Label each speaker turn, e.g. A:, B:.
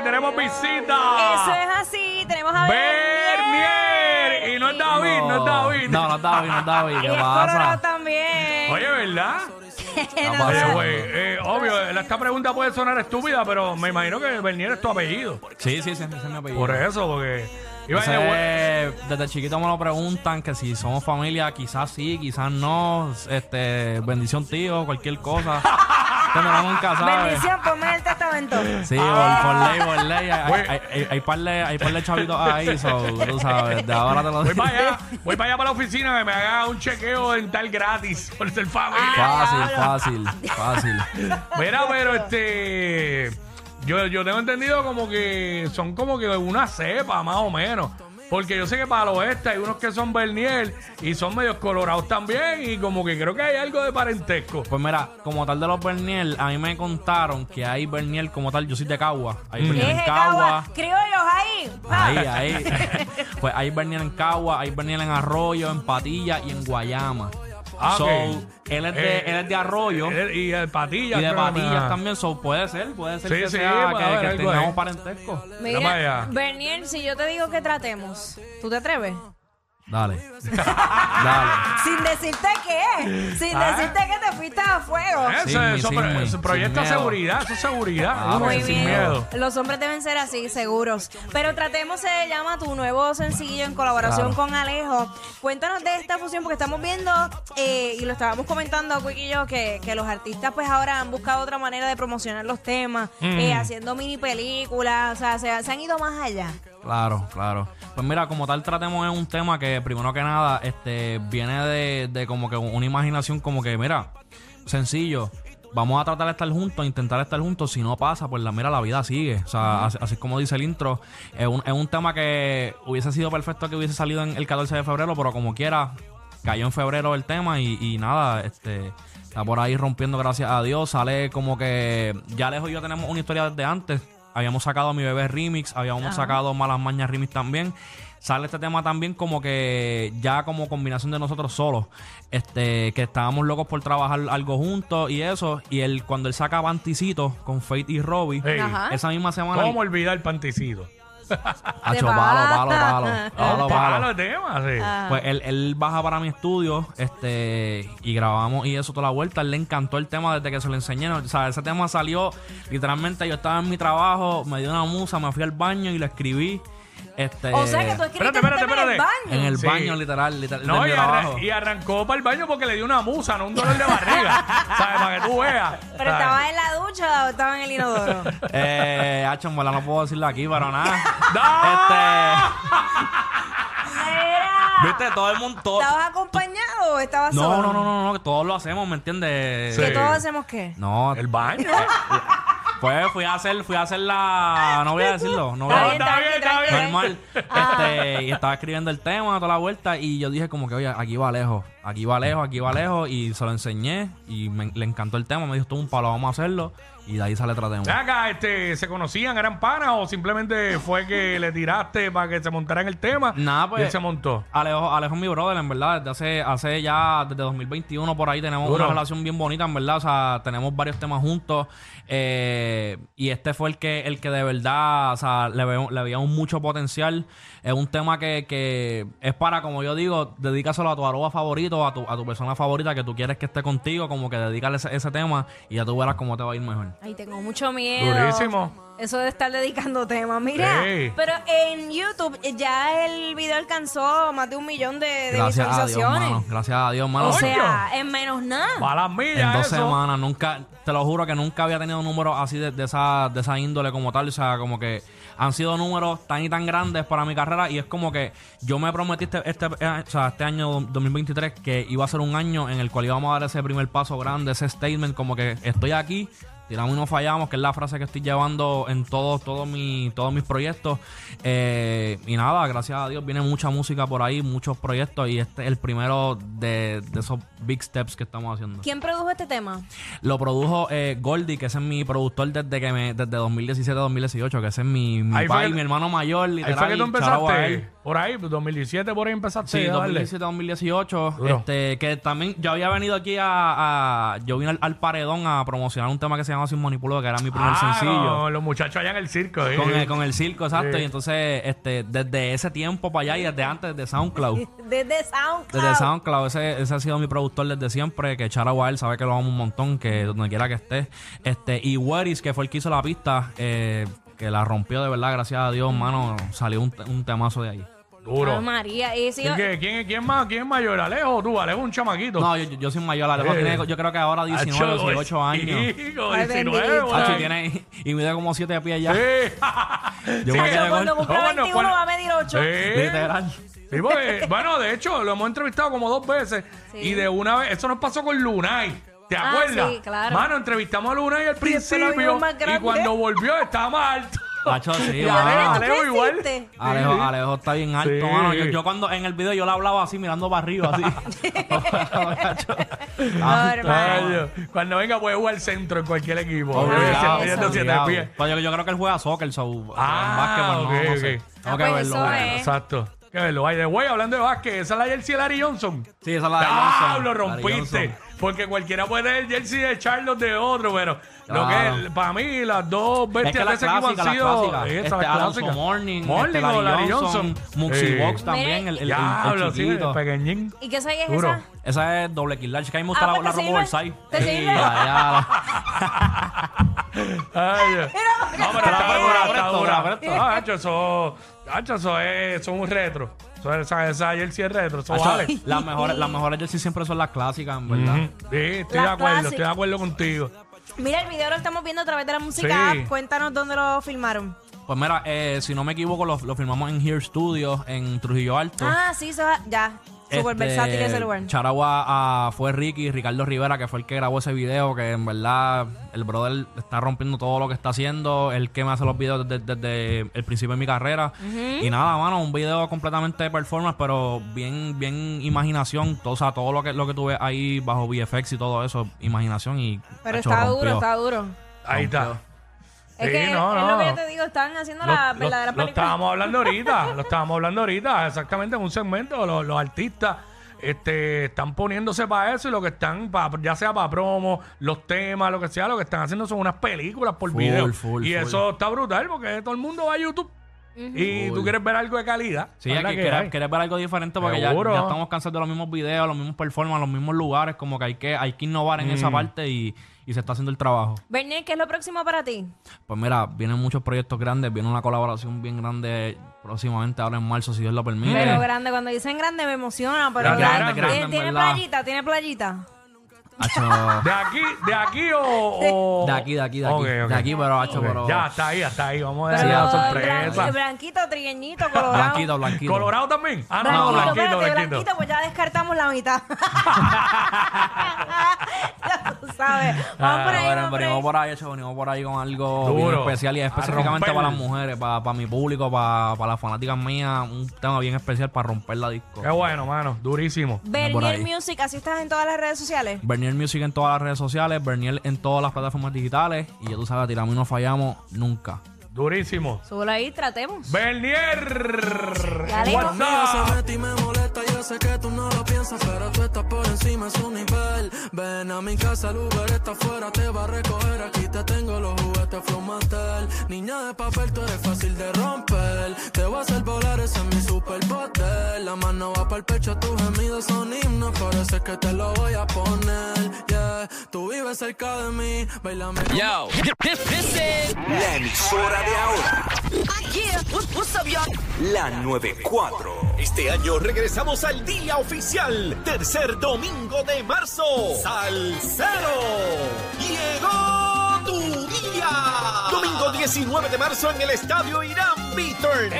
A: tenemos
B: Eso
A: visita.
B: es así, tenemos a
A: Bernier. Y no es David, no, es David.
C: No, no es David, no es David.
B: Y
C: ¿Qué
B: es Cororo
C: pasa?
B: también.
A: Oye, ¿verdad?
C: ¿Qué
B: No,
C: pasa?
A: Oye, güey, eh, obvio, esta pregunta puede sonar estúpida, pero me imagino que Bernier es tu apellido.
C: Sí, sí, ese ese es mi apellido.
A: Por eso, porque. iba a
C: Entonces,
A: decir, güey,
C: desde chiquito me lo preguntan que si somos familia, quizás sí, quizás no. Este, bendición tío, cualquier cosa. Que no, nunca sabes.
B: Bendición, ponme este en el testamento.
C: Sí, por, por ley, por ley. Hay,
A: Güey.
C: hay, hay, hay par de, hay par de chavitos ahí, so, tú sabes. De ahora te lo
A: Voy
C: digo.
A: para allá, voy para allá para la oficina que me haga un chequeo dental gratis por ser familia.
C: Fácil, fácil, fácil.
A: Mira, pero este. Yo, yo tengo entendido como que son como que una cepa, más o menos. Porque yo sé que para el oeste hay unos que son Bernier y son medios colorados también. Y como que creo que hay algo de parentesco.
C: Pues mira, como tal de los Bernier, a mí me contaron que hay Bernier como tal, yo soy de Cagua.
A: Mm.
C: Hay Bernier en
B: Eje,
C: Cagua.
B: Cagua. Criollos ahí. pa.
C: Ahí, ahí. pues hay Bernier en Cagua, hay Bernier en Arroyo, en Patilla y en Guayama.
A: Ah,
C: so,
A: ok.
C: él, es de,
A: Eh,
C: él es de Arroyo
A: Y de patillas.
C: y de
A: creo que me
C: Patillas
A: da.
C: también. So, puede ser, puede ser
A: Sí,
C: que
A: sí,
C: sea
A: puede
C: que,
A: haber
C: que
A: algo
C: tengamos
A: ahí.
C: parentesco.
A: Mira para
B: Mira,
A: allá.
B: Bernier, si yo te digo que tratemos, ¿tú te atreves?
C: Dale. Dale.
B: Sin decirte qué, sin
A: Ah.
B: decirte que te fuiste a fuego.
A: Eso,
C: Sin
A: eso,
C: mi,
A: pro-
C: sin mi,
A: eso
C: sin
A: proyecta
C: miedo.
A: seguridad, eso es seguridad.
C: Ah,
A: Uno
C: pues,
B: Muy
A: sin
B: bien.
A: miedo.
B: Los hombres deben ser así, seguros. Pero tratemos, se llama tu nuevo sencillo en colaboración
C: Claro.
B: con Alejo. Cuéntanos de esta fusión, porque estamos viendo eh, y lo estábamos comentando, Quick y yo, que, que los artistas, pues ahora han buscado otra manera de promocionar los temas,
A: Mm.
B: eh, haciendo mini películas, o sea, se, se han ido más allá.
C: Claro, claro. Pues mira, como tal tratemos es un tema que primero que nada este viene de, de como que una imaginación como que mira, sencillo, vamos a tratar de estar juntos, intentar estar juntos, si no pasa, pues la mira la vida sigue. O sea, así, así como dice el intro, es un, es un tema que hubiese sido perfecto que hubiese salido en el 14 de febrero, pero como quiera, cayó en febrero el tema y, y nada, este está por ahí rompiendo gracias a Dios, sale como que ya lejos yo tenemos una historia desde antes. Habíamos sacado a mi bebé remix, habíamos sacado Malas Mañas remix también. Sale este tema también como que ya como combinación de nosotros solos, este que estábamos locos por trabajar algo juntos y eso y él cuando él saca Banticito con Faith y Robbie,
A: Ey,
B: Ajá.
C: esa misma semana
A: ¿Cómo olvidar el panticito?
C: Acho, palo, palo, palo, palo, palo.
A: Palo de tema, sí.
B: Ah.
C: Pues él, él baja para mi estudio este y grabamos y eso toda la vuelta. Él le encantó el tema desde que se lo enseñé. O sea, ese tema salió literalmente. Yo estaba en mi trabajo, me dio una musa, me fui al baño y lo escribí. Este,
B: o sea, que tú escribiste
A: espérate, Eh,
B: un
A: espérate,
B: tema en el
A: espérate.
B: baño.
C: En el
A: Sí.
C: baño, literal, literal. de
A: No,
C: mi
A: y, arra-
C: trabajo.
A: y arrancó para el baño porque le dio una musa, no un dolor de barriga. ¿Sabes? Para que tú veas.
B: Pero
A: ¿sabes?
B: estaba en la ducha o estaba en el inodoro.
C: Eh, hacho, en verdad no puedo decirlo aquí para
A: ¡No!
C: nada.
B: Mira,
C: este, viste, todo el mundo. todo-
B: ¿Estabas acompañado o estabas
C: No,
B: solo?
C: no, no, no, no, que todos lo hacemos, ¿me entiendes?
B: ¿Que
A: Sí.
B: todos hacemos qué?
C: No,
A: El baño.
C: pues fui a hacer, fui a hacer la. No voy a decirlo, no voy a
A: Está bien, está bien, está bien.
C: normal. Este, y estaba escribiendo el tema toda la vuelta y yo dije como que, oye, aquí va lejos, aquí va lejos, aquí va lejos y se lo enseñé y me- le encantó el tema, me dijo, esto es un palo, vamos a hacerlo y de ahí sale tratemos.
A: Ven acá, este, ¿se conocían? ¿Eran panas o simplemente fue que le tiraste para que se montara en el tema?
C: Nada, pues.
A: Y él se montó.
C: Alejo, Alejo es mi brother, en verdad, desde hace, hace ya, desde 2021 por ahí tenemos
A: Duro.
C: una relación bien bonita, en verdad, o sea, tenemos varios temas juntos eh, y este fue el que, el que de verdad, o sea, le, veo- le veíamos mucho potencial, es un tema que, que es para, como yo digo, dedícaselo a tu arroba favorito, a tu, a tu persona favorita que tú quieres que esté contigo, como que dedícale ese, ese tema y ya tú verás cómo te va a ir mejor.
B: Ay, tengo mucho miedo.
A: Durísimo.
B: Eso de estar dedicando temas. Mira,
A: Ey.
B: pero en YouTube ya el video alcanzó más de un millón de, de
C: Gracias a Dios,
B: visualizaciones.
C: mano, gracias a Dios, mano.
B: o
A: Coño.
B: sea, en menos nada.
A: Para las
C: En
A: millas,
C: dos
A: eso.
C: semanas, nunca, te lo juro que nunca había tenido números así de, de esa, de esa índole como tal. O sea, como que han sido números tan y tan grandes para mi carrera. Y es como que yo me prometí este, este, eh, o sea, este año 2023 que iba a ser un año en el cual íbamos a dar ese primer paso grande, ese statement, como que estoy aquí. Tiramos y no fallamos, que es la frase que estoy llevando en todos todos mis todos mis proyectos. Eh, y nada, gracias a Dios viene mucha música por ahí, muchos proyectos. Y este es el primero de, de esos big steps que estamos haciendo.
B: ¿Quién produjo este tema?
C: Lo produjo eh, Goldie, que ese es mi productor desde que me, desde 2017-2018, que ese es mi, mi
A: Ahí fue
C: pai,
A: que-
C: mi hermano mayor.
A: Ahí fue que tú
C: literal, shout out a
A: empezaste.
C: él.
A: Por ahí, pues, 2017, por ahí empezaste
C: Sí,
A: a darle.
C: 2017, 2018.
A: Duro.
C: Este, que también yo había venido aquí a. a- yo vine al, al paredón a promocionar un tema que se llama Sin Manipulo, que era mi primer
A: Ah,
C: sencillo.
A: no, los muchachos allá en el circo. eh.
C: Con el, con el circo, exacto.
A: Sí.
C: Y entonces, este, desde ese tiempo para allá y desde antes de SoundCloud.
B: Desde SoundCloud.
C: Desde SoundCloud, ese, ese ha sido mi productor desde siempre, que Chara a él, sabe que lo amo un montón, que donde quiera que esté. Este, y Weris, que fue el que hizo la pista, eh, que la rompió de verdad, gracias a Dios, mano, salió un, te- un temazo de ahí.
A: Duro.
B: Ave María, y si yo-
A: ¿Quién, que- quién, quién más? ¿Quién es mayor? ¿Alejo tú? Alejo es un chamaquito.
C: No, yo, yo- yo soy mayor, Alejo
A: Eh.
C: tiene, yo creo que ahora 19 o 18 años.
A: Hijo,
B: Ay,
A: 19,
B: bendito.
A: por
C: Hacho,
A: ahí.
C: tiene, y mide como 7 pies ya.
A: Eh. Sí.
C: Yo me
A: Sí,
C: quedé
B: cuando
C: corto.
B: cumpla
A: No, bueno,
B: 21
A: cuando-
B: va a medir 8.
A: Sí.
C: Literal.
A: Sí, porque, bueno, de hecho, lo hemos entrevistado como dos veces
B: Sí.
A: y de una vez, eso nos pasó con Lunay. ¿Te
B: Ah,
A: acuerdas?
B: sí, claro.
A: Mano, entrevistamos a Lunay al
B: después lo
A: principio
B: vimos más
A: y
B: grande.
A: cuando volvió estaba más alto.
C: Hacho, sí,
A: Ya,
C: mano.
A: ¿verdad?
B: Alejo
A: Alejo igual.
B: igual.
C: Alejo, Alejo está bien alto,
A: Sí.
C: mano. Yo, yo cuando en el video yo le hablaba así, mirando para arriba, así. Hacho.
B: No, hermano.
A: Ay, Dios. Cuando venga puede jugar al centro en cualquier equipo. Siete,
C: Obligado,
A: siete,
B: eso.
A: siete
C: obligado.
A: pies.
C: Pues yo, yo creo que él juega soccer, so,
A: Ah,
C: en básquetbol, no,
A: ok,
C: no sé.
A: ok.
C: Tengo
B: Ah,
C: que
B: pues
C: verlo.
B: eso
C: verlo.
B: es.
A: Exacto. Que verlo. Ay, de güey, hablando de básquet, esa es la jersey de Larry Johnson.
C: Sí, esa es la de
A: ¡Ah,
C: Johnson,
A: lo
C: la de
A: rompiste!
C: Johnson.
A: Porque cualquiera puede tener el jersey de Charlos de otro, pero lo
C: Claro.
A: que es, para mí, las dos
C: Es que
A: bestias
C: la
A: de Este ese equipo
C: clásica,
A: han
C: la
A: sido.
C: clásica.
A: Esa,
C: Este,
A: la
C: Alonso
A: clásica.
C: Morning,
A: Morning
C: este,
A: o Larry Johnson.
C: Muxi
A: Sí.
C: Box también, el, el, el- el
A: Diablo, sí,
C: chiquito.
A: el pequeñín.
B: ¿Y qué soy es
A: Duro.
B: esa?
C: Esa es doble kill large, que a mí me gusta
B: Ah,
C: la,
B: pues,
C: la
B: ¿te
C: ropa
B: sirve?
C: oversize.
B: ¿Te
C: Sí,
B: sirve?
C: la- ya,
A: Ay, Dios. No, pero está
C: Pero
A: dura,
C: por
A: está
C: esto,
A: dura.
C: pero por esto.
A: Ah, hacho, eso, hacho, eso es, eso es un retro. Eso, esa, esa jersey es retro, eso
C: la-
A: vale.
C: Hacho, las mejores, las mejores jerseys siempre son las clásicas, en verdad.
A: Ujú. Sí, estoy
B: La
A: de acuerdo,
B: clásica.
A: estoy de acuerdo contigo.
B: Mira, el video lo estamos viendo a través de la
A: Sí.
B: música. app. Cuéntanos dónde lo filmaron.
C: Pues mira, eh, si no me equivoco, lo, lo filmamos en Here Studios, en Trujillo Alto.
B: Ah, sí, eso, ya. Súper
C: Este,
B: versátil ese lugar.
C: Charagua ah, fue Ricky, Ricardo Rivera, que fue el que grabó ese video, que en verdad el brother está rompiendo todo lo que está haciendo, el que me hace los videos desde, desde el principio de mi carrera. Y nada, mano, un video completamente de performance, pero bien, bien imaginación, todo, o sea, todo lo que, lo que tú ves ahí bajo VFX y todo eso, imaginación y...
B: Pero
C: hecho,
B: está
C: rompió.
B: duro, está duro.
A: Ahí está.
B: Es
A: Sí,
B: que es-
A: no,
B: es,
A: no.
B: lo que yo te digo, están haciendo
A: Lo-
B: la
A: lo-
B: verdadera
A: lo
B: película.
A: estábamos hablando ahorita, lo estábamos hablando ahorita, exactamente en un segmento, los, los artistas este, están poniéndose para eso y lo que están, pa- ya sea para promo, los temas, lo que sea, lo que están haciendo son unas películas por
C: Full,
A: video.
C: full,
A: y
C: full.
A: eso está brutal porque todo el mundo va a YouTube y tú
C: Full.
A: quieres ver algo de calidad.
C: Sí,
A: es
C: es
A: la
C: que
A: que
C: quieres,
A: hay.
C: quieres ver algo diferente porque ya,
A: Seguro.
C: ya estamos cansados de los mismos videos, los mismos performances, los mismos lugares, como que hay que, hay que innovar en
A: Mm.
C: esa parte y, y se está haciendo el trabajo.
B: Bernier, ¿qué es lo próximo para ti?
C: Pues mira, vienen muchos proyectos grandes, viene una colaboración bien grande próximamente, ahora en marzo, si Dios lo permite.
B: Pero grande, cuando dicen grande me emociona, pero
A: Grande,
B: la-
A: grande,
C: grande,
B: ¿tiene,
C: en
B: tiene
C: verdad.
B: playita, tiene playita.
C: Hacho,
A: ¿De aquí, de aquí o, o-
C: de aquí, de aquí, de aquí.
A: Ok, ok.
C: De aquí, pero hacho,
A: Ok,
C: pero.
A: Ya, está ahí, hasta ahí. Vamos a
B: Pero
A: dar la
B: blan-
A: sorpresa.
B: blanquito, trigueñito, colorado.
C: Blanquito, blanquito.
A: ¿Colorado también? Ah, no,
B: Blanquito,
A: no, blanquito,
B: espérate,
A: blanquito.
B: blanquito, pues ya descartamos la mitad. ya tú sabes. Vamos
C: Ah,
B: por ahí,
C: bueno,
B: vamos por
C: venimos
B: ahí.
C: por ahí, hacho, venimos por ahí con algo bien
A: Duro.
C: especial y es
A: A
C: específicamente
A: romperla.
C: para las mujeres, para, para mi público, para, para las fanáticas mías, un tema bien especial para romper la disco.
A: Qué bueno, mano. Durísimo.
C: Venimos por
B: Bernier
C: ahí.
B: Music, así estás en todas las redes sociales.
C: Bernier Music en todas las redes sociales, Bernier en todas las plataformas digitales y ya tú sabes, a Tirami no fallamos nunca.
A: Durísimo.
B: Solo ahí, tratemos.
A: Bernier.
B: Ya le
A: What's
D: Ella se
A: up?
D: mete y me molesta, yo sé que tú no lo piensas, pero tú estás por encima de su nivel. Ven a mi casa, el Uber está afuera, te va a recoger, aquí te tengo los juguetes flow mantel. Niña de papel, tú eres fácil de romper, te voy a hacer volar, ese es mi superpoder. La mano va para el pecho, tus gemidos son himnos, por eso es que te lo voy a poner. Yeah, tú vives cerca de mí, bailame.
E: Yo, this, this is
F: La emisora de ahora,
E: yeah. What's, what's up, y'all?
F: la 94.
G: Este año regresamos al día oficial, tercer domingo de marzo. ¡Salsero! ¡Llegó tu día! Domingo
A: Este
G: 19 de marzo en el Estadio Irán Bittern.